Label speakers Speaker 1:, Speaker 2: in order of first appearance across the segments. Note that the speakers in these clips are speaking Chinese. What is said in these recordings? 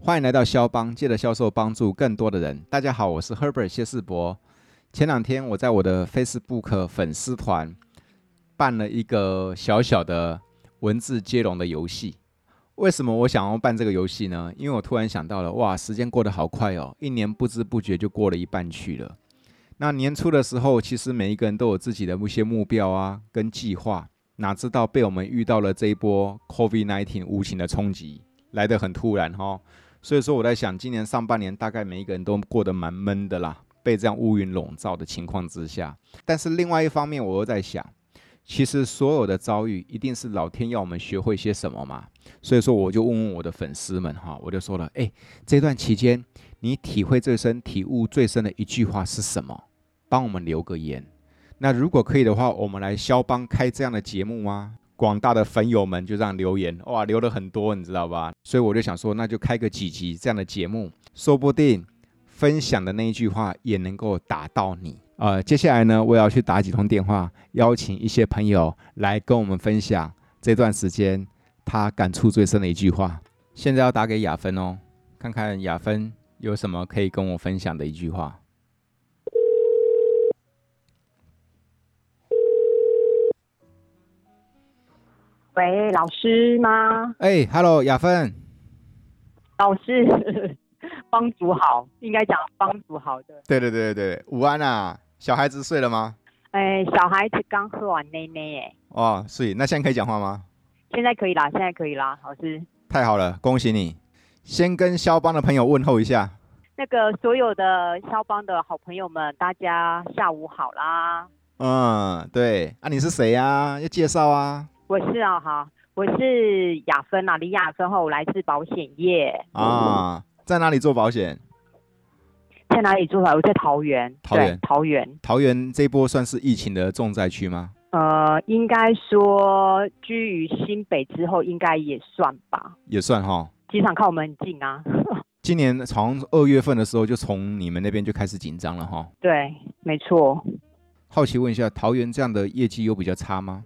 Speaker 1: 欢迎来到肖邦，借着销售帮助更多的人。大家好，我是 Herbert 谢世博。前两天我在我的 Facebook 粉丝团办了一个小小的文字接龙的游戏。为什么我想要办这个游戏呢？因为我突然想到了，哇，时间过得好快哦，一年不知不觉就过了一半去了。那年初的时候，其实每一个人都有自己的一些目标啊，跟计划。哪知道被我们遇到了这一波 COVID-19 无情的冲击，来得很突然哈、哦。所以说我在想，今年上半年大概每一个人都过得蛮闷的啦，被这样乌云笼罩的情况之下。但是另外一方面，我又在想，其实所有的遭遇一定是老天要我们学会些什么嘛。所以说，我就问问我的粉丝们哈，我就说了，哎，这段期间你体会最深、体悟最深的一句话是什么？帮我们留个言。那如果可以的话，我们来肖邦开这样的节目吗？广大的粉友们就这样留言，哇，留了很多，你知道吧？所以我就想说，那就开个几集这样的节目，说不定分享的那一句话也能够打到你。呃，接下来呢，我也要去打几通电话，邀请一些朋友来跟我们分享这段时间他感触最深的一句话。现在要打给雅芬哦，看看雅芬有什么可以跟我分享的一句话。
Speaker 2: 喂，老师吗？
Speaker 1: 哎，Hello，雅芬。
Speaker 2: 老师， 帮主好，应该讲帮主好的。
Speaker 1: 对对对对对，午安啊！小孩子睡了吗？
Speaker 2: 哎，小孩子刚喝完奶奶，哎，
Speaker 1: 哦，睡。那现在可以讲话吗？
Speaker 2: 现在可以啦，现在可以啦，老师。
Speaker 1: 太好了，恭喜你！先跟肖邦的朋友问候一下。
Speaker 2: 那个所有的肖邦的好朋友们，大家下午好啦！
Speaker 1: 嗯，对啊，你是谁呀、啊？要介绍啊。
Speaker 2: 我是啊，哈，我是雅芬啊，李雅芬哈，我来自保险业
Speaker 1: 啊，在哪里做保险？
Speaker 2: 在哪里做啊？我在桃园，
Speaker 1: 桃园
Speaker 2: 对桃园，
Speaker 1: 桃园这一波算是疫情的重灾区吗？
Speaker 2: 呃，应该说居于新北之后，应该也算吧。
Speaker 1: 也算哈。
Speaker 2: 机场靠我们很近啊，
Speaker 1: 今年好像二月份的时候就从你们那边就开始紧张了哈。
Speaker 2: 对，没错。
Speaker 1: 好奇问一下，桃园这样的业绩有比较差吗？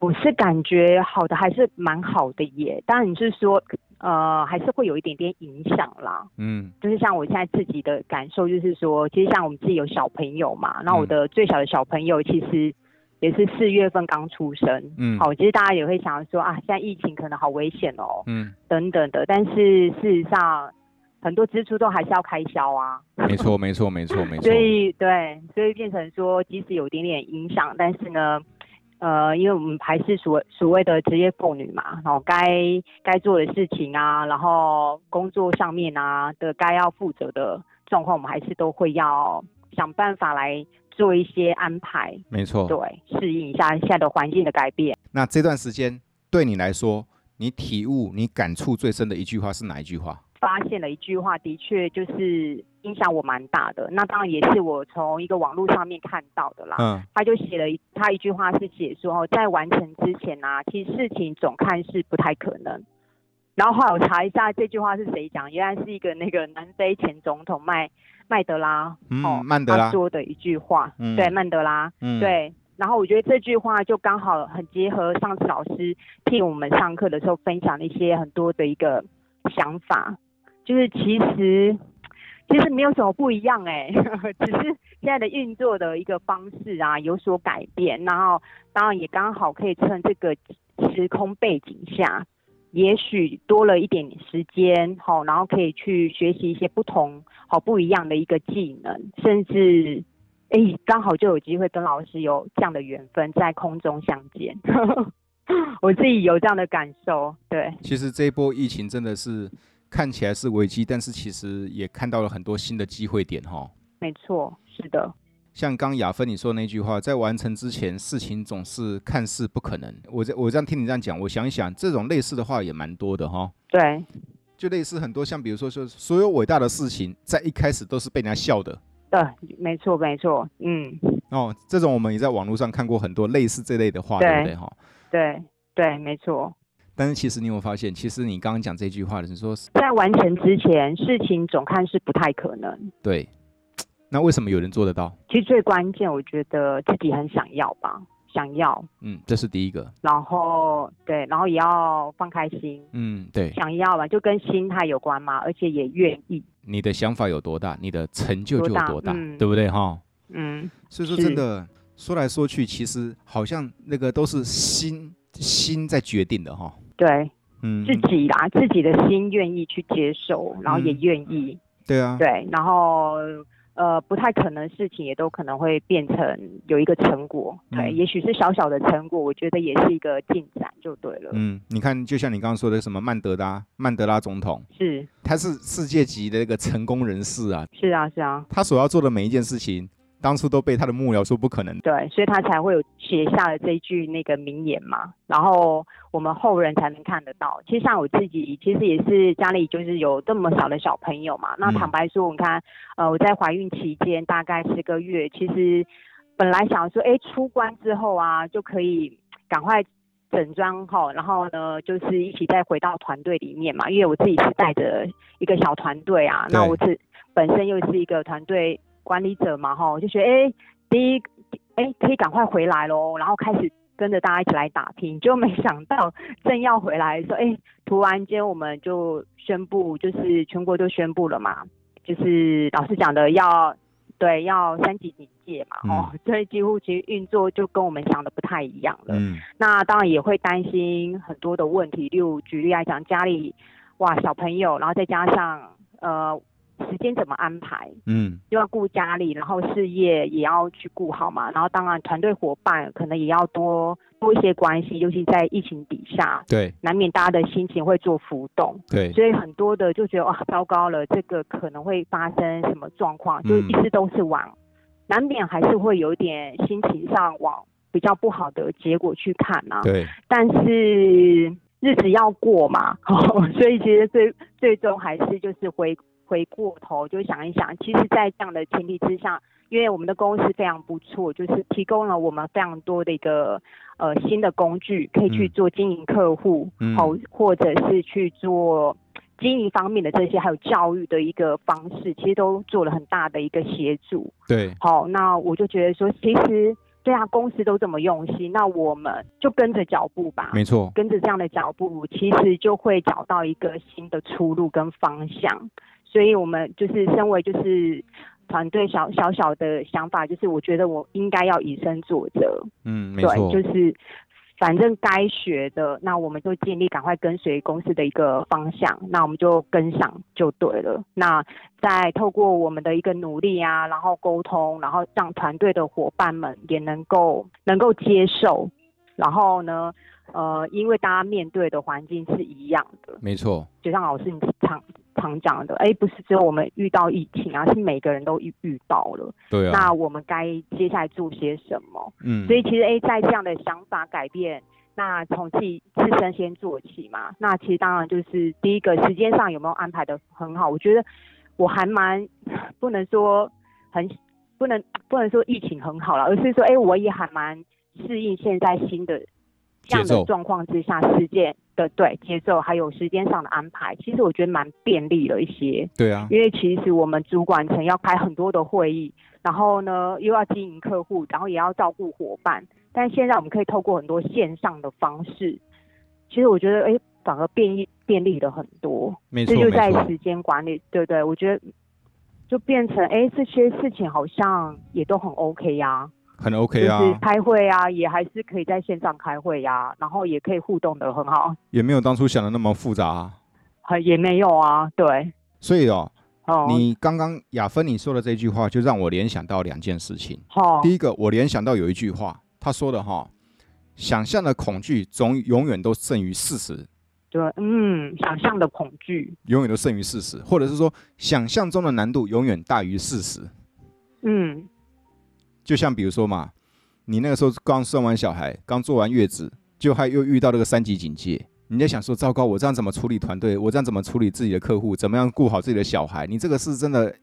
Speaker 2: 我是感觉好的还是蛮好的耶，当然你是说，呃，还是会有一点点影响啦。
Speaker 1: 嗯
Speaker 2: 就是像我现在自己的感受，就是说，其实像我们自己有小朋友嘛，那我的最小的小朋友其实也是四月份刚出生。
Speaker 1: 嗯
Speaker 2: 好，其实大家也会想说啊，现在疫情可能好危险哦，
Speaker 1: 嗯，
Speaker 2: 等等的。但是事实上，很多支出都还是要开销啊，
Speaker 1: 没错没错没错没错
Speaker 2: 所。以对，所以变成说，即使有一点点影响，但是呢，呃，因为我们还是所所谓的职业妇女嘛，然后该该做的事情啊，然后工作上面啊的该要负责的状况，我们还是都会要想办法来做一些安排，
Speaker 1: 没错。
Speaker 2: 对，适应一下现在的环境的改变。
Speaker 1: 那这段时间对你来说，你体悟、你感触最深的一句话是哪一句话？
Speaker 2: 发现了一句话，的确就是影响我蛮大的。那当然也是我从一个网络上面看到的啦。
Speaker 1: 嗯
Speaker 2: 他就写了一他一句话是写说哦，在完成之前啊，其实事情总看似不太可能。然后后来我查一下这句话是谁讲，原来是一个那个南非前总统麦麦德拉
Speaker 1: 嗯
Speaker 2: 哦，
Speaker 1: 曼德拉
Speaker 2: 他说的一句话，
Speaker 1: 嗯
Speaker 2: 对曼德拉，
Speaker 1: 嗯，
Speaker 2: 对。然后我觉得这句话就刚好很结合上次老师替我们上课的时候分享的一些很多的一个想法，就是其实其实没有什么不一样哎、 只是现在的运作的一个方式啊有所改变，然后当然也刚好可以趁这个时空背景下，也许多了一点时间，好，然后可以去学习一些不同、好不一样的一个技能，甚至。哎，刚好就有机会跟老师有这样的缘分，在空中相见。 我自己有这样的感受，对，
Speaker 1: 其实这一波疫情真的是看起来是危机，但是其实也看到了很多新的机会点哈、
Speaker 2: 没错，是的，
Speaker 1: 像刚雅芬你说那句话，在完成之前，事情总是看似不可能。我这我这样听你这样讲，我想一想，这种类似的话也蛮多的哈、
Speaker 2: 对，
Speaker 1: 就类似很多像比如说说，所有伟大的事情在一开始都是被人家笑的
Speaker 2: 对，呃没错，没错，嗯，
Speaker 1: 哦。这种我们也在网络上看过很多类似这类的话，
Speaker 2: 对
Speaker 1: 对不对哈、
Speaker 2: 对，对，没错。
Speaker 1: 但是其实你有没有发现，其实你刚刚讲这句话的，你说是
Speaker 2: 在完成之前，事情总看是不太可能。
Speaker 1: 对，那为什么有人做得到？
Speaker 2: 其实最关键，我觉得自己很想要吧。想要，
Speaker 1: 嗯，这是第一个，
Speaker 2: 然后对，然后也要放开心，
Speaker 1: 嗯，对，
Speaker 2: 想要吧，就跟心态有关嘛，而且也愿意，
Speaker 1: 你的想法有多大，你的成就
Speaker 2: 多
Speaker 1: 就有
Speaker 2: 大
Speaker 1: 多大，
Speaker 2: 嗯
Speaker 1: 对不对哈？
Speaker 2: 嗯，
Speaker 1: 所以说
Speaker 2: 是
Speaker 1: 真的说来说去，其实好像那个都是心心在决定的哈。
Speaker 2: 对
Speaker 1: 嗯，
Speaker 2: 自己啦，自己的心愿意去接受，然后也
Speaker 1: 嗯
Speaker 2: 愿意，
Speaker 1: 对啊，
Speaker 2: 对，然后呃，不太可能的事情也都可能会变成有一个成果，对，
Speaker 1: 嗯
Speaker 2: 也许是小小的成果，我觉得也是一个进展就对了，
Speaker 1: 嗯，你看，就像你刚刚说的什么曼德拉，曼德拉总统，
Speaker 2: 是
Speaker 1: 他是世界级的那个成功人士啊，
Speaker 2: 是啊是啊，
Speaker 1: 他所要做的每一件事情，当初都被他的幕僚说不可能。
Speaker 2: 对，所以他才会有写下了这一句那个名言嘛，然后我们后人才能看得到。其实像我自己，其实也是家里就是有这么少的小朋友嘛。那
Speaker 1: 嗯
Speaker 2: 坦白说，你看，呃，我在怀孕期间大概十个月，其实本来想说，哎，出关之后啊，就可以赶快。整装好，然后呢，就是一起再回到团队里面嘛，因为我自己是带着一个小团队啊，那
Speaker 1: 对
Speaker 2: 我自本身又是一个团队管理者嘛，哈，我就觉得，哎、第一哎、可以赶快回来喽，然后开始跟着大家一起来打拼，就没想到正要回来的时候，哎、突然间我们就宣布，就是全国就宣布了嘛，就是老师讲的要对要三级警戒嘛，哦，所以几乎其实运作就跟我们想的不太一样了。
Speaker 1: 嗯，
Speaker 2: 那当然也会担心很多的问题，例如举例来讲，家里哇小朋友，然后再加上呃时间怎么安排，
Speaker 1: 嗯，
Speaker 2: 又要顾家里，然后事业也要去顾好嘛，然后当然团队伙伴可能也要多多一些关系，尤其在疫情底下，
Speaker 1: 对
Speaker 2: 难免大家的心情会做浮动，
Speaker 1: 对，
Speaker 2: 所以很多的就觉得哇糟糕了，这个可能会发生什么状况，就
Speaker 1: 嗯
Speaker 2: 一直都是往，难免还是会有一点心情上往比较不好的结果去看啊。
Speaker 1: 对，
Speaker 2: 但是日子要过嘛， 哦所以其实最最终还是就是回回过头，就想一想，其实，在这样的前提之下，因为我们的公司非常不错，就是提供了我们非常多的一个呃新的工具，可以去
Speaker 1: 嗯
Speaker 2: 做经营客户，
Speaker 1: 嗯
Speaker 2: 好、或者是去做。经营方面的这些，还有教育的一个方式，其实都做了很大的一个协助。
Speaker 1: 对，
Speaker 2: 好，那我就觉得说，其实对啊，公司都这么用心，那我们就跟着脚步吧，
Speaker 1: 没错，
Speaker 2: 跟着这样的脚步，其实就会找到一个新的出路跟方向。所以我们就是身为就是团队小小小的想法，就是我觉得我应该要以身作则，
Speaker 1: 嗯，没
Speaker 2: 对，
Speaker 1: 错，
Speaker 2: 就是。反正该学的，那我们就尽力赶快跟随公司的一个方向，那我们就跟上就对了。那再透过我们的一个努力啊，然后沟通，然后让团队的伙伴们也能够能够接受，然后呢，呃，因为大家面对的环境是一样的，
Speaker 1: 没错，
Speaker 2: 就像老师你常常讲的，哎，不是只有我们遇到疫情啊，是每个人都遇遇到了。
Speaker 1: 对啊
Speaker 2: 那，我们该接下来做些什么？
Speaker 1: 嗯，
Speaker 2: 所以其实诶，在这样的想法改变，那从自己自身先做起嘛。那其实当然就是第一个时间上有没有安排的很好，我觉得我还蛮不能说很不能不能说疫情很好了，而是说诶，我也还蛮适应现在新的这样
Speaker 1: 节奏
Speaker 2: 的状况之下，时间的对节奏还有时间上的安排，其实我觉得蛮便利了一些。
Speaker 1: 对啊，
Speaker 2: 因为其实我们主管层要开很多的会议，然后呢又要经营客户，然后也要照顾伙伴。但现在我们可以透过很多线上的方式，其实我觉得，哎，反而便利便利了很多。
Speaker 1: 没
Speaker 2: 这
Speaker 1: 错，
Speaker 2: 就
Speaker 1: 没
Speaker 2: 在
Speaker 1: 错，
Speaker 2: 时间管理，对不对？我觉得就变成，哎，这些事情好像也都很 OK 呀、
Speaker 1: 很
Speaker 2: 就
Speaker 1: OK 啊，
Speaker 2: 是开会啊，也还是可以在线上开会呀、然后也可以互动的很好，
Speaker 1: 也没有当初想的那么复杂啊。
Speaker 2: 很也没有啊，对，
Speaker 1: 所以哦，
Speaker 2: 哦，
Speaker 1: 你刚刚雅芬你说的这句话，就让我联想到两件事情。
Speaker 2: 哦，
Speaker 1: 第一个，我联想到有一句话，他说的哈，想象的恐惧总永远都胜于事实，
Speaker 2: 对，嗯，想象的恐惧，
Speaker 1: 永远都胜于事实，或者是说，想象中的难度永远大于事实。
Speaker 2: 嗯。
Speaker 1: 就像比如说嘛，你那个时候刚生完小孩，刚做完月子，就还又遇到这个三级警戒，你在想说，糟糕，我这样怎么处理团队？我这样怎么处理自己的客户？怎么样顾好自己的小孩？你这个是真的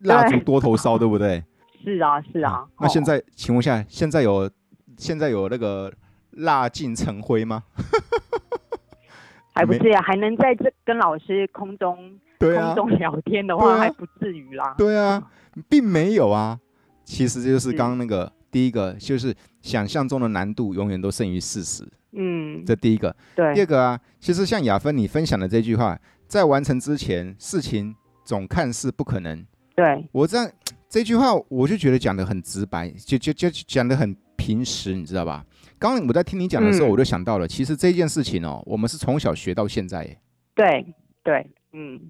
Speaker 1: 蜡烛
Speaker 2: 对
Speaker 1: 多 头烧，对不对？
Speaker 2: 是啊，是啊。
Speaker 1: 那现
Speaker 2: 哦
Speaker 1: 在请问一下，现在有现在有那个蜡尽成灰吗？
Speaker 2: 还不
Speaker 1: 没
Speaker 2: 至于啊，还能在这跟老师空中、
Speaker 1: 对啊
Speaker 2: 空，中聊天的
Speaker 1: 对
Speaker 2: 话，
Speaker 1: 啊
Speaker 2: 还不至于啦。
Speaker 1: 对啊，并没有啊。其实这就是
Speaker 2: 是
Speaker 1: 刚刚那个第一个就是想象中的难度永远都胜于事实，
Speaker 2: 嗯，
Speaker 1: 这第一个。第
Speaker 2: 对
Speaker 1: 二个啊，其实像雅芬你分享的这句话，在完成之前，事情总看似不可能。
Speaker 2: 对，
Speaker 1: 我这样这句话，我就觉得讲得很直白，就就就就讲得很平实，你知道吧？刚刚我在听你讲的时候，
Speaker 2: 嗯
Speaker 1: 我就想到了，其实这件事情哦，我们是从小学到现在耶。
Speaker 2: 对，对，嗯，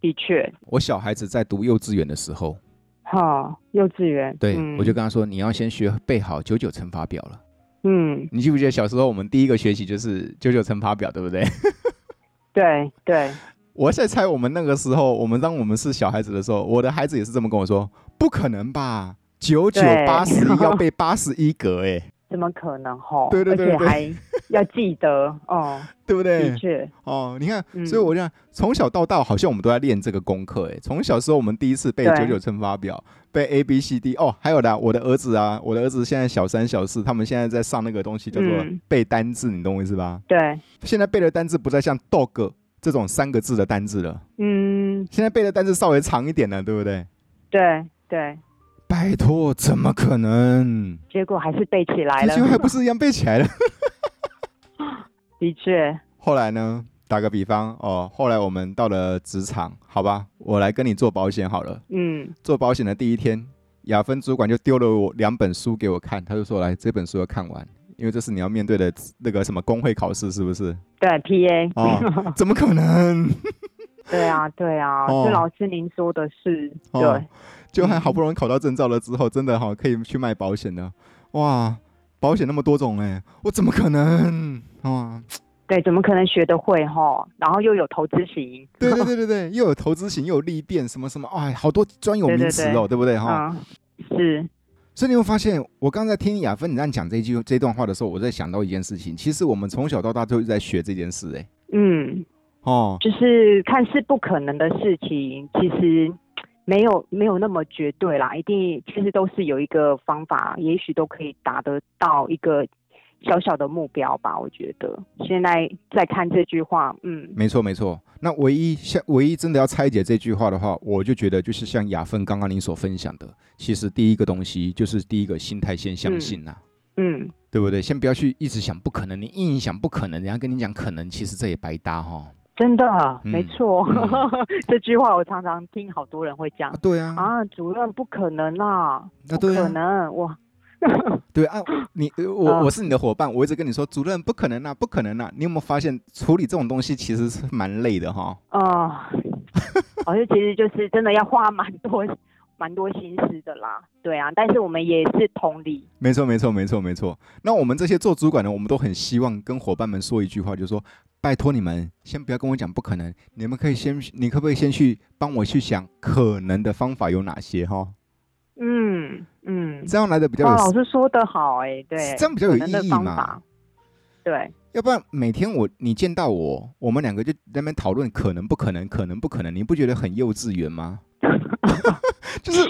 Speaker 2: 的确，
Speaker 1: 我小孩子在读幼稚园的时候，
Speaker 2: 哈，幼稚园，
Speaker 1: 对、
Speaker 2: 嗯、
Speaker 1: 我就跟他说，你要先学背好九九乘法表了。
Speaker 2: 嗯，
Speaker 1: 你记不记得小时候我们第一个学习就是九九乘法表，对不对？
Speaker 2: 对对，
Speaker 1: 我在猜，我们那个时候，我们当我们是小孩子的时候，我的孩子也是这么跟我说：“不可能吧，九九
Speaker 2: 对
Speaker 1: 八十一要背八十一格、欸， 哎，
Speaker 2: 怎么可能哈？
Speaker 1: 对对对
Speaker 2: 而且
Speaker 1: 对
Speaker 2: 还要记得哦，
Speaker 1: 对不 对
Speaker 2: 的？”确，
Speaker 1: 哦，你看，
Speaker 2: 嗯
Speaker 1: 所以我就想从小到大，好像我们都在练这个功课，哎，从小时候我们第一次背九
Speaker 2: 对
Speaker 1: 九乘法表，背 A B C D，哦，还有啦，我的儿子啊，我的儿子现在小三、小四，他们现在在上那个东西叫做
Speaker 2: 嗯
Speaker 1: 背单字，你懂我意思吧？
Speaker 2: 对，
Speaker 1: 现在背的单字不再像 dog 这种三个字的单字了，
Speaker 2: 嗯，
Speaker 1: 现在背的单字稍微长一点了，对不对？
Speaker 2: 对对，
Speaker 1: 拜托，怎么可能？
Speaker 2: 结果还是背起来
Speaker 1: 这句话
Speaker 2: 了，
Speaker 1: 不是一样背起来了？
Speaker 2: 的确，
Speaker 1: 后来呢？打个比方哦，后来我们到了职场，好吧，我来跟你做保险好了。
Speaker 2: 嗯，
Speaker 1: 做保险的第一天，雅芬主管就丢了我两本书给我看，他就说：“来，这本书要看完，因为这是你要面对的那个什么工会考试，是不是
Speaker 2: 对，P A，、？”
Speaker 1: 哦，怎么可能？
Speaker 2: 对啊对啊，
Speaker 1: 哦
Speaker 2: 这老师您说的是，
Speaker 1: 哦
Speaker 2: 对，
Speaker 1: 就还好不容易考到证照了之后，真的哈、哦可以去卖保险的，哇，保险那么多种哎、我怎么可能？哦哇，
Speaker 2: 对，怎么可能学得会哈？然后又有投资型，
Speaker 1: 对对对对对，又有投资型，又有利变，什么什么，哎，好多专有
Speaker 2: 对对
Speaker 1: 名词哦，对不对哈？
Speaker 2: 嗯，是，
Speaker 1: 所以你会发现，我刚才听雅芬你这样讲这一句这段话的时候，我在想到一件事情，其实我们从小到大都一直在学这件事，哎，
Speaker 2: 嗯，
Speaker 1: 哦，
Speaker 2: 就是看似不可能的事情，其实没有没有那么绝对啦，一定其实都是有一个方法，也许都可以达得到一个小小的目标吧。我觉得现在再看这句话，嗯，
Speaker 1: 没错没错。那唯一像唯一真的要拆解这句话的话，我就觉得就是像雅芬刚刚你所分享的，其实第一个东西就是第一个心态先相信呐、
Speaker 2: 嗯，
Speaker 1: 对不对？先不要去一直想不可能，你硬想不可能，人家跟你讲可能，其实这也白搭哈、
Speaker 2: 真的
Speaker 1: 嗯
Speaker 2: 没错，
Speaker 1: 嗯
Speaker 2: 这句话我常常听好多人会讲
Speaker 1: 啊，对啊，
Speaker 2: 啊，主任不可能啦，
Speaker 1: 啊
Speaker 2: 不
Speaker 1: 对
Speaker 2: 可
Speaker 1: 啊，
Speaker 2: 能，我
Speaker 1: 对啊，你呃我
Speaker 2: 啊
Speaker 1: 我是你的伙伴，我一直跟你说，主任不可能啊，不可能啊。你有没有发现处理这种东西其实是蛮累的哈？
Speaker 2: 啊，好像其实就是真的要花蛮多蛮多心思的啦，对啊，但是我们也是同理，
Speaker 1: 没错，没错，没错，没错。那我们这些做主管的，我们都很希望跟伙伴们说一句话，就是说，拜托你们先不要跟我讲不可能，你们可以先，你可不可以先去帮我去想可能的方法有哪些哈、
Speaker 2: 嗯嗯，
Speaker 1: 这样来的比较
Speaker 2: 哇，
Speaker 1: 有，
Speaker 2: 老师说的好哎、对，
Speaker 1: 这样比较有
Speaker 2: 可能的
Speaker 1: 意义
Speaker 2: 方
Speaker 1: 嘛
Speaker 2: 法。，对，
Speaker 1: 要不然每天我你见到我，我们两个就在那边讨论可能不可能，可能不可能，你不觉得很幼稚园吗？就是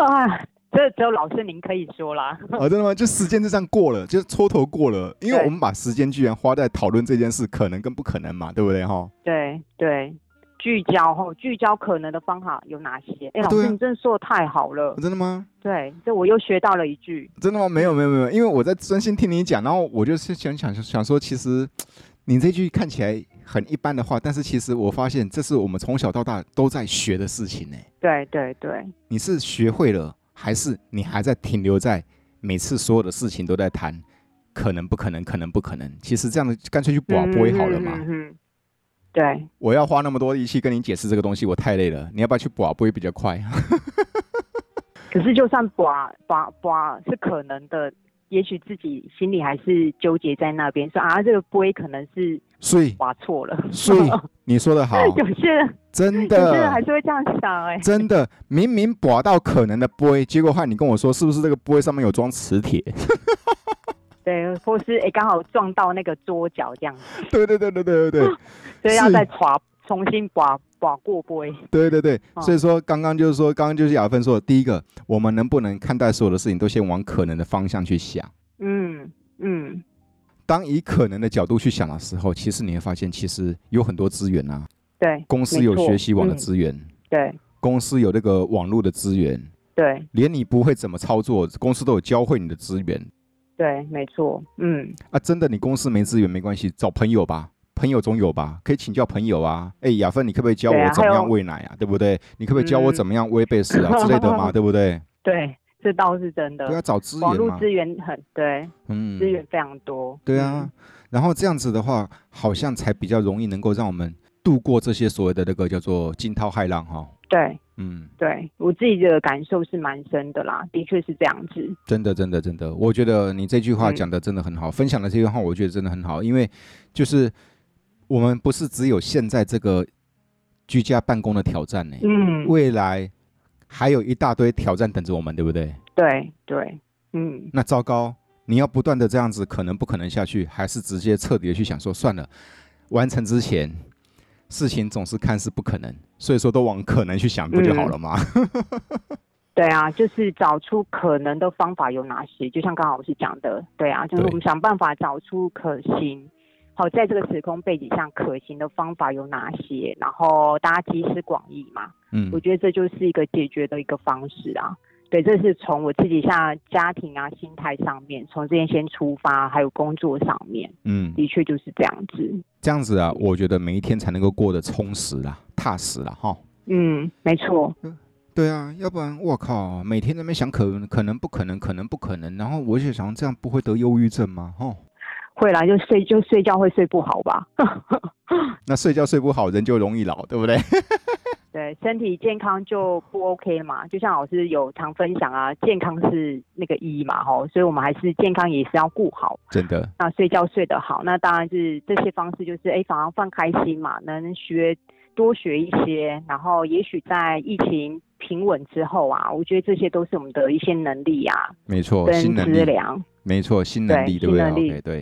Speaker 2: 啊，这只有老师您可以说啦，
Speaker 1: 哦，真的吗？就时间就这样过了，就是蹉跎过了，因为
Speaker 2: 对
Speaker 1: 我们把时间居然花在讨论这件事可能跟不可能嘛，对不对哈、哦
Speaker 2: 对对，聚焦吼，聚焦可能的方法有哪些？哎、
Speaker 1: 啊
Speaker 2: 老
Speaker 1: 对
Speaker 2: 师
Speaker 1: 啊
Speaker 2: 你真的说的太好了，
Speaker 1: 真的吗？
Speaker 2: 对，这我又学到了一句，
Speaker 1: 真的吗？没有没有没有，因为我在专心听你讲，然后我就是想想想说，其实你这句看起来很一般的话，但是其实我发现这是我们从小到大都在学的事情呢。
Speaker 2: 对对对，
Speaker 1: 你是学会了，还是你还在停留在每次所有的事情都在谈可能不可能，可能不可能？其实这样的干脆去广播好了嘛。
Speaker 2: 嗯嗯嗯嗯对，
Speaker 1: 我要花那么多力气跟你解释这个东西，我太累了。你要不要去广播比较快？
Speaker 2: 可是就算拔拔拔是可能的，也许自己心里还是纠结在那边，说啊这个杯可能是
Speaker 1: 所以，
Speaker 2: 拔错了，
Speaker 1: 所 以你说的好，
Speaker 2: 有些人
Speaker 1: 真
Speaker 2: 有
Speaker 1: 的，
Speaker 2: 些人还是会这样想哎、
Speaker 1: 真的，明明拔到可能的杯，结果换你跟我说，是不是这个杯上面有装磁铁？
Speaker 2: 对，或是哎刚、好撞到那个桌角这样子，
Speaker 1: 对对对对对对对
Speaker 2: 所以要
Speaker 1: 是
Speaker 2: 再刷重新拔拔过杯。
Speaker 1: 对对对。
Speaker 2: 哦
Speaker 1: 所以说，刚刚就是说，刚刚就是雅芬说的，第一个，我们能不能看待所有的事情都先往可能的方向去想？
Speaker 2: 嗯嗯，
Speaker 1: 当以可能的角度去想的时候，其实你会发现，其实有很多资源啊，
Speaker 2: 对，
Speaker 1: 公司
Speaker 2: 没
Speaker 1: 有
Speaker 2: 错
Speaker 1: 学习网的
Speaker 2: 嗯
Speaker 1: 资源，
Speaker 2: 对
Speaker 1: 公司有那个网络的资源，
Speaker 2: 对
Speaker 1: 连你不会怎么操作，公司都有教会你的资源
Speaker 2: 对，没错，嗯，
Speaker 1: 啊。真的，你公司没资源没关系，找朋友吧，朋友总有吧，可以请教朋友啊。哎，雅芬，你可不可以教
Speaker 2: 对啊
Speaker 1: 我怎么
Speaker 2: 还有
Speaker 1: 样喂奶啊？对不对？你可不可以教我
Speaker 2: 嗯
Speaker 1: 怎么样喂贝斯啊之类的 嘛？对不对？
Speaker 2: 对，这倒是真的。
Speaker 1: 对啊，找资
Speaker 2: 网
Speaker 1: 源
Speaker 2: 络
Speaker 1: 嘛。
Speaker 2: 资源很对，
Speaker 1: 嗯，
Speaker 2: 资源非常多。
Speaker 1: 对
Speaker 2: 嗯
Speaker 1: 啊，然后这样子的话，好像才比较容易能够让我们度过这些所谓的那个叫做惊涛骇浪哈、
Speaker 2: 嗯，对
Speaker 1: 嗯，
Speaker 2: 对，我自己的感受是蛮深的啦，的确是这样子。
Speaker 1: 真的，真的，真的，我觉得你这句话
Speaker 2: 嗯
Speaker 1: 讲的真的很好，分享的这句话我觉得真的很好，因为就是我们不是只有现在这个居家办公的挑战呢、
Speaker 2: 嗯，
Speaker 1: 未来还有一大堆挑战等着我们，对不对？
Speaker 2: 对对，嗯，
Speaker 1: 那糟糕，你要不断的这样子，可能不可能下去，还是直接彻底的去想说算了，完成之前，事情总是看似不可能，所以说都往可能去想不就好了
Speaker 2: 嗯
Speaker 1: 吗？
Speaker 2: 对啊，就是找出可能的方法有哪些，就像刚刚老师讲的，对啊，就是
Speaker 1: 对
Speaker 2: 我们想办法找出可行。好，在这个时空背景下，可行的方法有哪些？然后大家集思广益嘛，
Speaker 1: 嗯
Speaker 2: 我，觉得这就是一个解决的一个方式啊。对，这是从我自己像家庭啊、心态上面，从这边先出发，还有工作上面，
Speaker 1: 嗯，
Speaker 2: 的确就是这样子。
Speaker 1: 这样子啊，我觉得每一天才能够过得充实啦、踏实啦，哈。
Speaker 2: 嗯，没错，
Speaker 1: 对啊，要不然我靠，每天在那边想可能可能不可能可能不可能，然后我就想这样不会得忧郁症吗？哦，
Speaker 2: 会啦，就睡就睡觉会睡不好吧？
Speaker 1: 那睡觉睡不好，人就容易老，对不对？
Speaker 2: 对，身体健康就不 OK 嘛。就像老师有常分享啊，健康是那个一嘛，吼，所以我们还是健康也是要顾好。
Speaker 1: 真的，
Speaker 2: 那睡觉睡得好，那当然是这些方式就是，哎，反而放开心嘛，能学多学一些，然后也许在疫情平稳之后啊，我觉得这些都是我们的一些能力啊，
Speaker 1: 没错，哦新
Speaker 2: 跟
Speaker 1: 能
Speaker 2: 资
Speaker 1: 力，
Speaker 2: 粮。
Speaker 1: 没错，新能
Speaker 2: 对
Speaker 1: 力，对
Speaker 2: 新
Speaker 1: 不对
Speaker 2: 能力
Speaker 1: ？OK，对。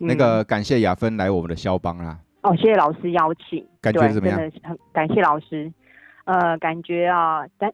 Speaker 2: 嗯
Speaker 1: 那个感谢雅芬来我们的肖邦啦，
Speaker 2: 哦，谢谢老师邀请，
Speaker 1: 感觉
Speaker 2: 对
Speaker 1: 怎么样
Speaker 2: 真的是很感谢老师，呃，感觉啊，但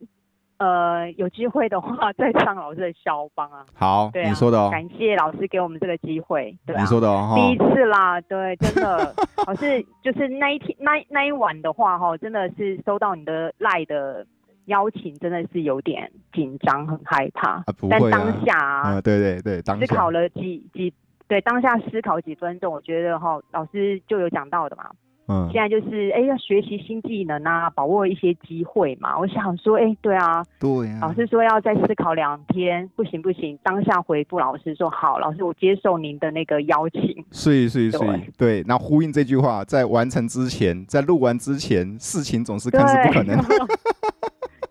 Speaker 2: 呃有机会的话再上老师的肖 邦啊，
Speaker 1: 好，
Speaker 2: 对啊，
Speaker 1: 你说的哦，
Speaker 2: 感谢老师给我们这个机会，对啊，
Speaker 1: 你说的哦，
Speaker 2: 第一
Speaker 1: 哈，
Speaker 2: 次啦， 对，真的，老师就是那一天那那一晚的话，哈，真的是收到你的赖的邀请，真的是有点紧张，很害怕。
Speaker 1: 啊不
Speaker 2: 但
Speaker 1: 会啊
Speaker 2: 当下啊、
Speaker 1: 嗯，对对对，当
Speaker 2: 思
Speaker 1: 下
Speaker 2: 考，了几几，对，当下思考几分钟，我觉得哈，老师就有讲到的嘛，
Speaker 1: 嗯，
Speaker 2: 现在就是哎要学习新技能啊，把握一些机会嘛。我想说，哎，对啊，
Speaker 1: 对呀，
Speaker 2: 老师说要再思考两天，不行不行，当下回复老师说好，老师我接受您的那个邀请。
Speaker 1: 是是
Speaker 2: 对
Speaker 1: 是，对，那呼应这句话，在完成之前，在录完之前，事情总是
Speaker 2: 对，
Speaker 1: 看似不可能，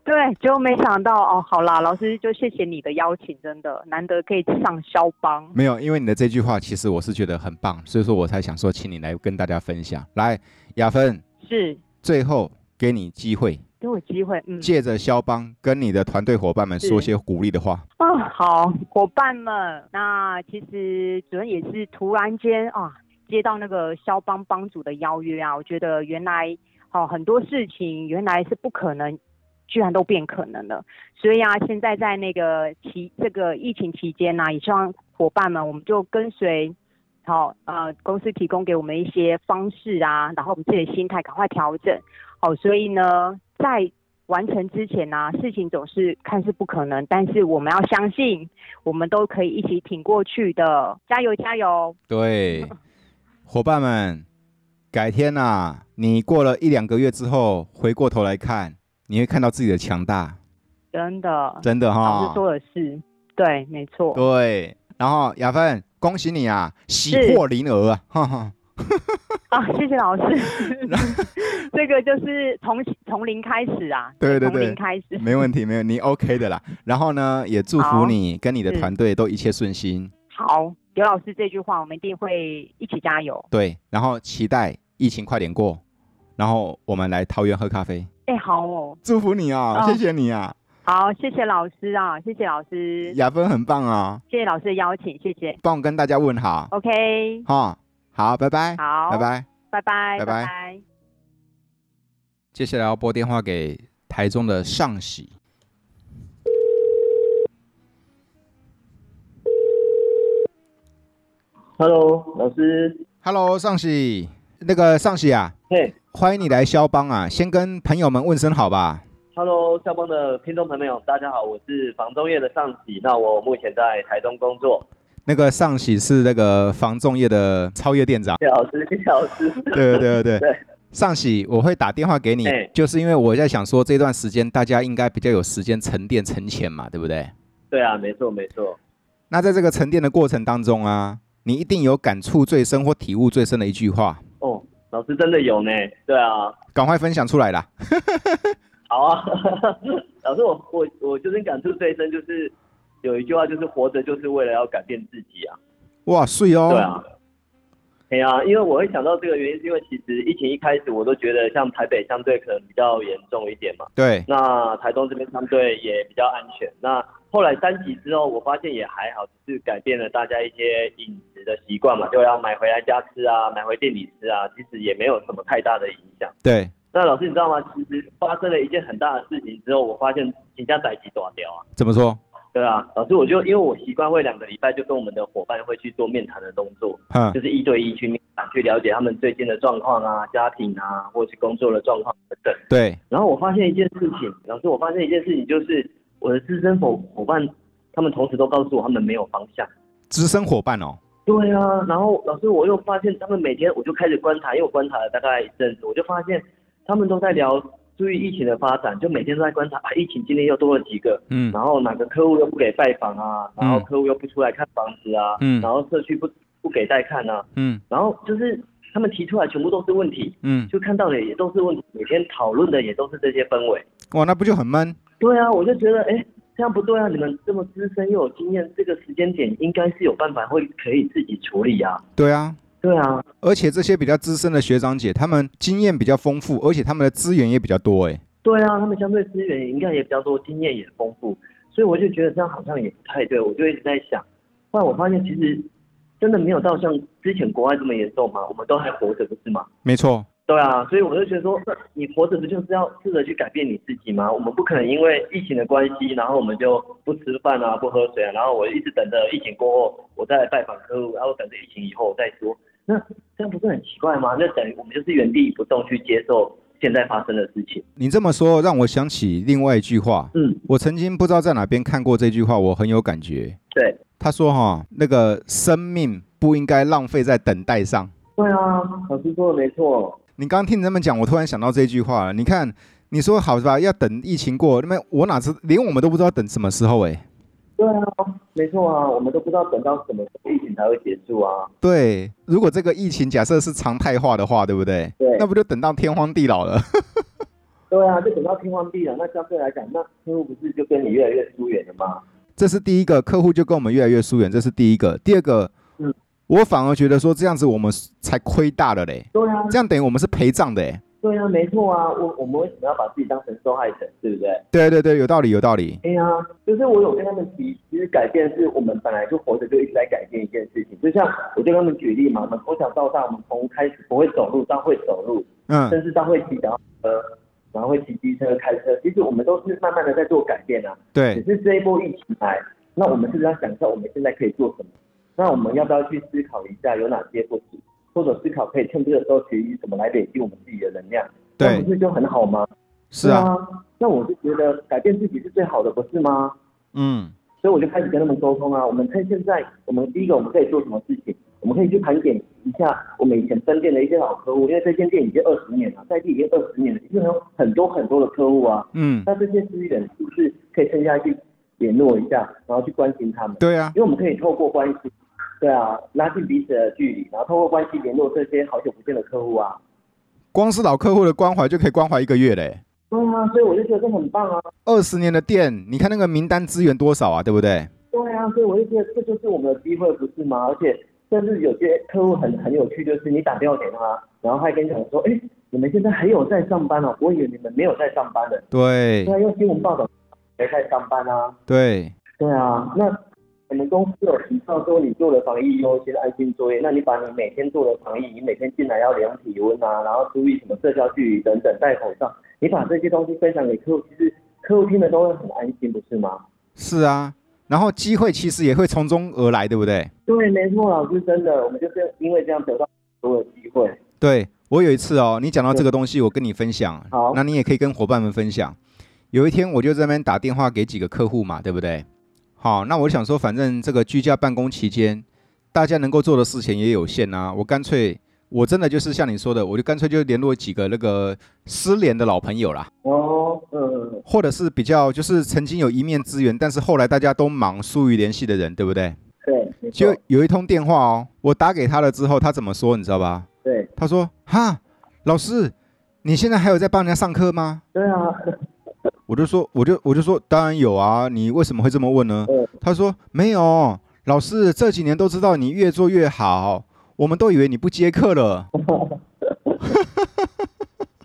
Speaker 2: 对，结果没想到哦，好啦，老师就谢谢你的邀请，真的难得可以上肖邦。
Speaker 1: 没有，因为你的这句话，其实我是觉得很棒，所以说我才想说，请你来跟大家分享。来，雅芬，
Speaker 2: 是，
Speaker 1: 最后给你机会，
Speaker 2: 给我机会，嗯
Speaker 1: 借着肖邦跟你的团队伙伴们说
Speaker 2: 是
Speaker 1: 些鼓励的话。
Speaker 2: 啊，好，伙伴们，那其实主任也是突然间啊，接到那个肖邦帮主的邀约啊，我觉得原来哦很多事情原来是不可能，居然都变可能了。所以啊，现在在那个期这个疫情期间啊呢、也希望伙伴们我们就跟随。好，呃，公司提供给我们一些方式啊，然后我们自己的心态赶快调整。好，所以呢，在完成之前呢、事情总是看似不可能，但是我们要相信，我们都可以一起挺过去的，加油加油！
Speaker 1: 对，伙伴们，改天呐、你过了一两个月之后，回过头来看，你会看到自己的强大，
Speaker 2: 真的，
Speaker 1: 真的啊
Speaker 2: 老
Speaker 1: 哈
Speaker 2: 师。说的是，对，没错，
Speaker 1: 对，然后雅芬，恭喜你啊，喜
Speaker 2: 是
Speaker 1: 获麟儿啊，哈 哈。
Speaker 2: 啊，谢谢老师，这个就是从从零开始啊，
Speaker 1: 对对
Speaker 2: 从
Speaker 1: 对
Speaker 2: 零，开始，
Speaker 1: 没问题，没有你 OK 的啦。然后呢，也祝福
Speaker 2: 好
Speaker 1: 你跟你的
Speaker 2: 是
Speaker 1: 团队都一切顺心。
Speaker 2: 好，刘老师这句话，我们一定会一起加油。
Speaker 1: 对，然后期待疫情快点过，然后我们来桃园喝咖啡。
Speaker 2: 哎，好哦，
Speaker 1: 祝福你啊，
Speaker 2: 哦
Speaker 1: 谢谢你啊，
Speaker 2: 好，谢谢老师啊，谢谢老师，
Speaker 1: 雅芬很棒啊，
Speaker 2: 谢谢老师的邀请，谢谢。
Speaker 1: 帮我跟大家问好。
Speaker 2: OK，
Speaker 1: 哈，好，拜拜，
Speaker 2: 好，
Speaker 1: 拜，拜。
Speaker 2: 拜拜，
Speaker 1: 拜拜
Speaker 2: 拜拜。
Speaker 1: 接下来要拨电话给台中的上喜。
Speaker 3: Hello，老师，
Speaker 1: Hello，上喜，那个上喜啊，
Speaker 3: 嘿，
Speaker 1: 欢迎你来肖邦啊，先跟朋友们问声好吧。
Speaker 3: Hello，校方的听众朋友，大家好，我是房中业的上喜，那我目前在台中工作。
Speaker 1: 那个上喜是那个房仲业的超越 店长。
Speaker 3: 谢老师，谢老师，
Speaker 1: 对对对对
Speaker 3: 对。
Speaker 1: 上喜，我会打电话给你
Speaker 3: 哎，
Speaker 1: 就是因为我在想说这段时间大家应该比较有时间沉淀沉潜嘛，对不对？
Speaker 3: 对啊，没错没错，
Speaker 1: 那在这个沉淀的过程当中啊，你一定有感触最深或体悟最深的一句话，
Speaker 3: 哦，老师真的有呢，对啊，
Speaker 1: 赶快分享出来啦！
Speaker 3: 好啊， 老师我我我就是感触最深，就是有一句话就是活着就是为了要改变自己啊，
Speaker 1: 哇，睡哦，
Speaker 3: 对啊，对啊，因为我会想到这个原因，是因为其实疫情一开始我都觉得像台北相对可能比较严重一点嘛，
Speaker 1: 对
Speaker 3: 那台东这边相对也比较安全。那后来三级之后，我发现也还好，只是改变了大家一些饮食的习惯嘛，就要买回来家吃啊，买回店里吃啊，其实也没有什么太大的影响。
Speaker 1: 对，
Speaker 3: 那老师你知道吗？其实发生了一件很大的事情之后，我发现人家逮起短掉啊，
Speaker 1: 怎么说？
Speaker 3: 对啊，老师我就因为我习惯会两个礼拜就跟我们的伙伴会去做面谈的动作，
Speaker 1: 哼，
Speaker 3: 就是一对一去面谈，去了解他们最近的状况啊、家庭啊，或是工作的状况等等。
Speaker 1: 对，
Speaker 3: 然后我发现一件事情，老师，我发现一件事情就是我的资深伙伙伴，他们同时都告诉我他们没有方向。
Speaker 1: 资深伙伴哦，
Speaker 3: 对啊，然后老师我又发现他们每天我就开始观察，因为我观察了大概一阵子，我就发现他们都在聊注意疫情的发展，就每天都在观察啊，疫情今天又多了几个，
Speaker 1: 嗯
Speaker 3: 然后哪个客户又不给拜访啊，然后
Speaker 1: 嗯
Speaker 3: 客户又不出来看房子啊，
Speaker 1: 嗯
Speaker 3: 然后社区不不给带看啊，
Speaker 1: 嗯
Speaker 3: 然后就是他们提出来全部都是问题，
Speaker 1: 嗯，
Speaker 3: 就看到的也都是问题，每天讨论的也都是这些氛围。
Speaker 1: 哇，那不就很闷？
Speaker 3: 对啊，我就觉得，哎、这样不对啊！你们这么资深又有经验，这个时间点应该是有办法会可以自己处理啊。
Speaker 1: 对啊，
Speaker 3: 对啊，
Speaker 1: 而且这些比较资深的学长姐，他们经验比较丰富，而且他们的资源也比较多，哎，
Speaker 3: 对啊，他们相对资源应该也比较多，经验也丰富，所以我就觉得这样好像也不太对。我就一直在想，后来我发现其实真的没有到像之前国外这么严重嘛，我们都还活着不是吗？
Speaker 1: 没错，
Speaker 3: 对啊，所以我就觉得说，那你活着不就是要试着去改变你自己吗？我们不可能因为疫情的关系，然后我们就不吃饭啊，不喝水啊，然后我一直等着疫情过后，我再来拜访客户，然后等着疫情以后我再说。那这样不是很奇怪吗？那等于我们就是原地不动去接受现在发生的事情。
Speaker 1: 你这么说让我想起另外一句话，
Speaker 3: 嗯，
Speaker 1: 我曾经不知道在哪边看过这句话，我很有感觉。
Speaker 3: 对，
Speaker 1: 他说哈、那个生命不应该浪费在等待上。
Speaker 3: 对啊，老师说的没错。
Speaker 1: 你刚刚听你这么讲，我突然想到这句话了。你看，你说好吧，要等疫情过，那么我哪知连我们都不知道等什么时候哎。
Speaker 3: 对啊，没错啊，我们都不知道等到什么时候疫情才会结束啊。
Speaker 1: 对，如果这个疫情假设是常态化的话，对不对？
Speaker 3: 对
Speaker 1: 那不就等到天荒地老了？
Speaker 3: 对啊，就等到天荒地老，那相对来讲，那客户不是就跟你越来越疏远了吗？
Speaker 1: 这是第一个，客户就跟我们越来越疏远，这是第一个。第二个，
Speaker 3: 嗯
Speaker 1: 我反而觉得说这样子我们才亏大了嘞，
Speaker 3: 对啊，
Speaker 1: 这样等于我们是陪葬的哎。
Speaker 3: 对啊，没错啊，我我们为什么要把自己当成受害者，对不对？
Speaker 1: 对对对，有道理有道理。
Speaker 3: 哎呀，就是我有跟他们提，其实改变是我们本来就活着就一直在改变一件事情，就像我就跟他们举例嘛，我们从小到大，我们从开始不会走路到会走路，
Speaker 1: 嗯，
Speaker 3: 甚至到会骑脚踏车，然后会骑机车、开车，其实我们都是慢慢的在做改变啊。只
Speaker 1: 对
Speaker 3: 是这一波疫情来，那我们是不是要想一下我们现在可以做什么？那我们要不要去思考一下有哪些不足，或者思考可以趁这个时候学习怎么来累积我们自己的能量？
Speaker 1: 对
Speaker 3: 那不是就很好吗？
Speaker 1: 是啊，
Speaker 3: 对啊。那我就觉得改变自己是最好的，不是吗？
Speaker 1: 嗯。
Speaker 3: 所以我就开始跟他们沟通啊，我们看现在，我们第一个我们可以做什么事情，我们可以去盘点一下我们以前分店的一些老客户，因为这间店已经二十年了，在地已经二十年了，已经有很多很多的客户啊。
Speaker 1: 嗯，
Speaker 3: 那这些资源是不是可以剩下去联络一下，然后去关心他们？
Speaker 1: 对啊，
Speaker 3: 因为我们可以透过关系，对啊，拉近彼此的距离，然后透过关系联络这些好久不见的客户啊。
Speaker 1: 光是老客户的关怀就可以关怀一个月嘞。
Speaker 3: 对啊，所以我就觉得这很棒啊。
Speaker 1: 二十年的店，你看那个名单资源多少啊，对不对？
Speaker 3: 对啊，所以我就觉得这就是我们的机会，不是吗？而且甚至有些客户很很有趣，就是你打电话给他，然后他还跟你讲说，哎，你们现在还有在上班哦，我以为你们没有在上班的。
Speaker 1: 对
Speaker 3: 对啊，因为新闻报道没在上班啊。
Speaker 1: 对，
Speaker 3: 对啊，那我们公司有提到说，你做了防疫优先安心作业，那你把你每天做的防疫，你每天进来要量体温啊，然后注意什么社交距离等等，戴口罩，你把这些东西分享给客户，其实客户听了都会很安心，不是吗？
Speaker 1: 是啊。然后机会其实也会从中而来，对不对？
Speaker 3: 对，没错，老师真的，我们就是因为这样得到很多的机会。
Speaker 1: 对我有一次哦，你讲到这个东西，我跟你分享
Speaker 3: 好，
Speaker 1: 那你也可以跟伙伴们分享。有一天我就这边打电话给几个客户嘛，对不对？好，那我想说，反正这个居家办公期间，大家能够做的事情也有限啊，我干脆。我真的就是像你说的，我就干脆就联络几个那个失联的老朋友啦，
Speaker 3: 哦，嗯，
Speaker 1: 或者是比较就是曾经有一面之缘，但是后来大家都忙疏于联系的人，对不对？
Speaker 3: 对，没错
Speaker 1: 就有一通电话哦，我打给他了之后，他怎么说你知道吧？
Speaker 3: 对，
Speaker 1: 他说：“哈，老师，你现在还有在帮人家上课吗
Speaker 3: 对啊，？”
Speaker 1: 我就说，我就我就说，当然有啊，你为什么会这么问呢？
Speaker 3: 嗯，
Speaker 1: 他说：“没有，老师这几年都知道你越做越好，我们都以为你不接课了。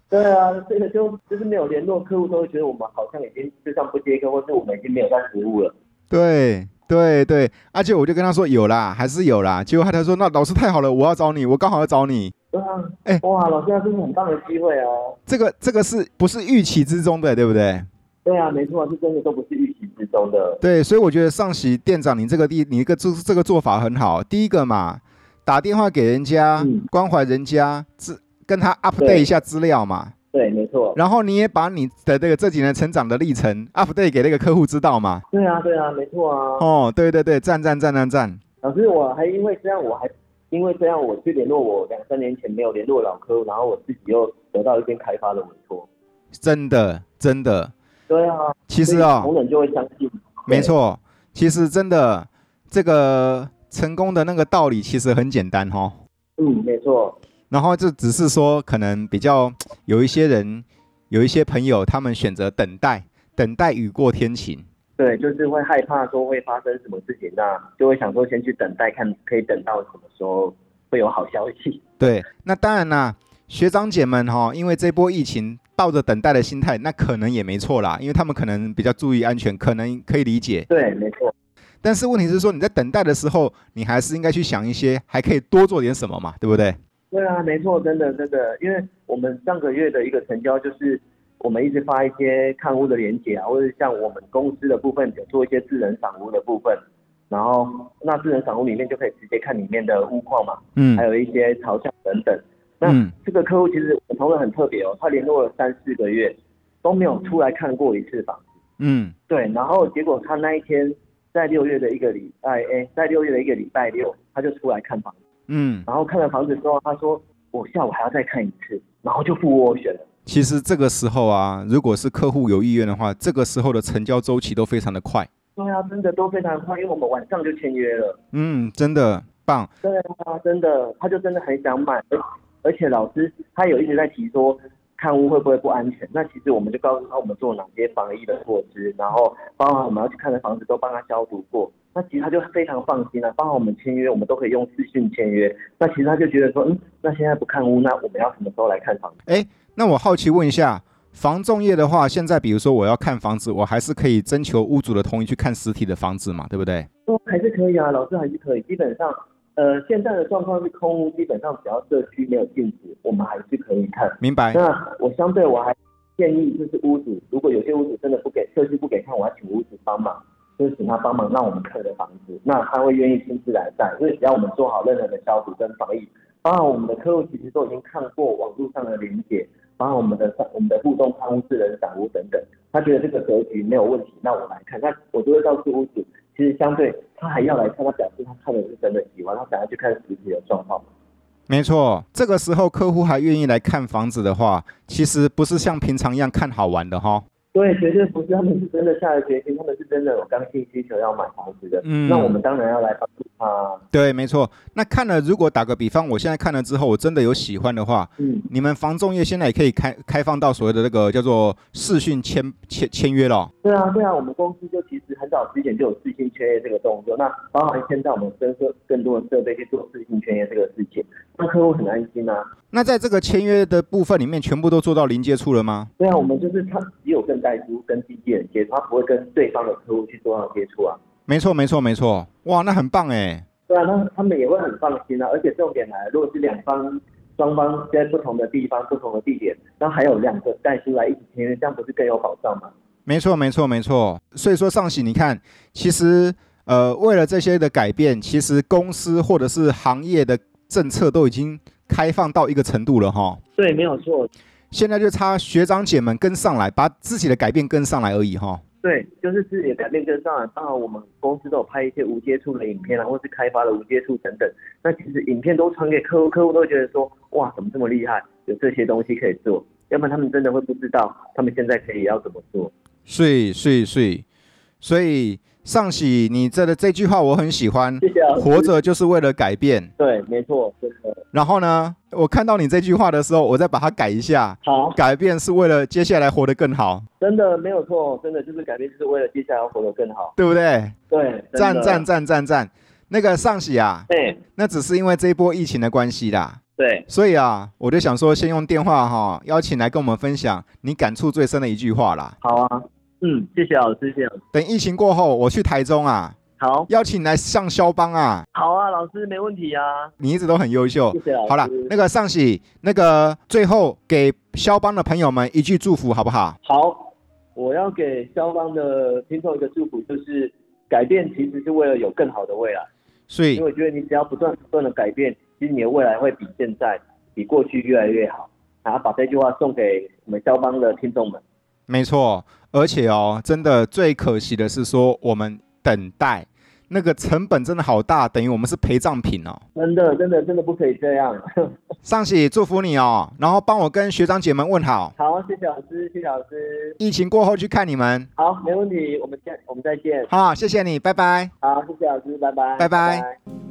Speaker 3: 对啊，这个就就是没有联络客户，都会觉得我们好像已经就像不接客，或是我们已经没有在服务了。
Speaker 1: 对”对对对，而且我就跟他说有啦，还是有啦。结果他他说那老师太好了，我要找你，我刚好要找你。
Speaker 3: 对啊，
Speaker 1: 哎
Speaker 3: 哇，老师，那真是很棒的机会啊！
Speaker 1: 这个这个是不是预期之中的，对不对？
Speaker 3: 对啊，没错，这真的都不是预期之中的。
Speaker 1: 对，所以我觉得上席店长，你这个第你一个这这个做法很好。第一个嘛，打电话给人家、
Speaker 3: 嗯
Speaker 1: 关怀人家，资跟他 update
Speaker 3: 对
Speaker 1: 一下资料嘛。
Speaker 3: 对，没错。
Speaker 1: 然后你也把你的这个这几年成长的历程 update 给那个客户知道嘛。
Speaker 3: 对啊，对啊，没错啊。
Speaker 1: 哦，对对对，赞赞赞赞赞。
Speaker 3: 老师，我还因为这样，我还因为这样，我去联络我两三年前没有联络的老客户，然后我自己又得到一间开发的委托。
Speaker 1: 真的真的，
Speaker 3: 对啊，
Speaker 1: 其实
Speaker 3: 所以
Speaker 1: 哦，
Speaker 3: 同仁就会相信。
Speaker 1: 没错，其实真的这个成功的那个道理其实很简单哦。
Speaker 3: 对，嗯，没错，
Speaker 1: 然后这只是说，可能比较有一些人，有一些朋友，他们选择等待，等待雨过天晴。
Speaker 3: 对，就是会害怕说会发生什么事情，那就会想说先去等待看，可以等到什么时候会有好消 息。
Speaker 1: 对，那当然啦，学长姐们哈、因为这波疫情，抱着等待的心态，那可能也没错啦，因为他们可能比较注意安全，可能可以理解。
Speaker 3: 对，没错，
Speaker 1: 但是问题是说，你在等待的时候，你还是应该去想一些，还可以多做点什么嘛，对不对？
Speaker 3: 对啊，没错，真的真的，因为我们上个月的一个成交就是。我们一直发一些看屋的连结啊，或者像我们公司的部分有做一些智能赏屋的部分，然后那智能赏屋里面就可以直接看里面的屋况嘛，
Speaker 1: 嗯
Speaker 3: 还有一些朝向等等。那
Speaker 1: 嗯，
Speaker 3: 这个客户其实我们同仁很特别哦，他联络了三四个月都没有出来看过一次房子。
Speaker 1: 嗯
Speaker 3: 对，然后结果他那一天在六月的一个礼拜，哎，在六月的一个礼拜六，他就出来看房子，
Speaker 1: 嗯，
Speaker 3: 然后看了房子之后，他说我下午还要再看一次，然后就付斡旋了。
Speaker 1: 其实这个时候啊，如果是客户有意愿的话，这个时候的成交周期都非常的快。
Speaker 3: 对啊，真的都非常快，因为我们晚上就签约了。
Speaker 1: 嗯，真的棒。
Speaker 3: 对啊，真的，他就真的很想买，而而且老师他有一直在提说，看屋会不会不安全？那其实我们就告诉他我们做哪些防疫的措施，然后包含我们要去看的房子都帮他消毒过。那其实他就非常放心了、包含我们签约，我们都可以用视讯签约。那其实他就觉得说，嗯，那现在不看屋，那我们要什么时候来看房子？
Speaker 1: 哎，那我好奇问一下，房仲业的话，现在比如说我要看房子，我还是可以征求屋主的同意去看实体的房子嘛，对不对？
Speaker 3: 说还是可以啊，老师还是可以。基本上，呃，现在的状况是空屋，基本上只要社区没有禁止，我们还是可以看。
Speaker 1: 明白。
Speaker 3: 那我相对我还建议，就是屋主，如果有些屋主真的不给社区不给看，我要请屋主帮忙，就是请他帮忙让我们看的房子，那他会愿意亲自来带，因为只要我们做好任何的消毒跟防疫，包含我们的客户其实都已经看过网络上的连接，包含我们的上我们的互动看屋、智能散屋等等，他觉得这个格局没有问题，那我来看，那我就会告诉屋主，其实相对他还要来看，他表示他看的是真的喜欢，他想要去看实体的状况。
Speaker 1: 没错，这个时候客户还愿意来看房子的话，其实不是像平常一样看好玩的哈。
Speaker 3: 对，绝对不是，他们是真的下了决心，他们是真的有刚性需求要买房子的。
Speaker 1: 嗯
Speaker 3: 那我们当然要来帮助他啊。
Speaker 1: 对，没错。那看了，如果打个比方，我现在看了之后，我真的有喜欢的话，
Speaker 3: 嗯，
Speaker 1: 你们房仲业现在也可以开开放到所谓的那个叫做视讯签签签约了哦。
Speaker 3: 对啊，对啊，我们公司就其实很早之前就有自信签约这个动作，那包含现在我们增设更多的设备去做自信签约这个事情，那客户很安心啊。
Speaker 1: 那在这个签约的部分里面，全部都做到零接触了吗？
Speaker 3: 对啊，我们就是他只有跟代租、跟经纪人接触，他不会跟对方的客户去做到接触啊。
Speaker 1: 没错，没错，没错。哇，那很棒哎。
Speaker 3: 对啊，那他们也会很放心啊。而且重点来了，如果是两方双方在不同的地方、不同的地点，那还有两个代书来一起签约，这样不是更有保障吗？
Speaker 1: 没错，没错，没错。所以说，上喜，你看，其实呃，为了这些的改变，其实公司或者是行业的政策都已经开放到一个程度了哈。
Speaker 3: 对，没有错。
Speaker 1: 现在就差学长姐们跟上来，把自己的改变跟上来而已哈。
Speaker 3: 对，就是自己的改变跟上来。当然，我们公司都有拍一些无接触的影片啊，或是开发的无接触等等。那其实影片都传给客户，客户都会觉得说，哇，怎么这么厉害，有这些东西可以做。要不然他们真的会不知道，他们现在可以要怎么做。
Speaker 1: 是是是，所以上喜你这的这句话我很喜欢，
Speaker 3: 谢谢老师
Speaker 1: 活着就是为了改变。
Speaker 3: 对，没错，真的
Speaker 1: 然后呢，我看到你这句话的时候，我再把它改一下，
Speaker 3: 好，
Speaker 1: 改变是为了接下来活得更好，
Speaker 3: 真的没有错，真的就是改变，就是为了接下来要活得更好。
Speaker 1: 对不对？
Speaker 3: 对，
Speaker 1: 赞赞
Speaker 3: 赞，
Speaker 1: 赞赞赞！那个上喜啊，
Speaker 3: 对
Speaker 1: 那只是因为这一波疫情的关系啦，
Speaker 3: 对，
Speaker 1: 所以啊，我就想说先用电话哈、邀请来跟我们分享你感触最深的一句话啦。
Speaker 3: 好啊，嗯，谢谢老师，谢谢老师，
Speaker 1: 等疫情过后，我去台中啊，
Speaker 3: 好，
Speaker 1: 邀请你来上肖邦啊，
Speaker 3: 好啊，老师没问题啊，
Speaker 1: 你一直都很优秀
Speaker 3: 谢。谢老师。
Speaker 1: 好了，那个上喜，那个最后给肖邦的朋友们一句祝福好不好？
Speaker 3: 好，我要给肖邦的听众一个祝福，就是改变其实是为了有更好的未来。
Speaker 1: 所以
Speaker 3: 因为我觉得你只要不断不断的改变，其实你的未来会比现在、比过去越来越好。然后把这句话送给我们肖邦的听众们。
Speaker 1: 没错，而且哦，真的最可惜的是说，我们等待那个成本真的好大，等于我们是陪葬品哦。
Speaker 3: 真的，真的，真的不可以这样。
Speaker 1: 上喜，祝福你哦，然后帮我跟学长姐们问好，
Speaker 3: 好，谢谢老师，谢谢老师。
Speaker 1: 疫情过后去看你们。
Speaker 3: 好，没问题，我们见，我们再见。
Speaker 1: 好，谢谢你，拜拜。
Speaker 3: 好，谢谢老师，拜拜，
Speaker 1: 拜拜
Speaker 3: 拜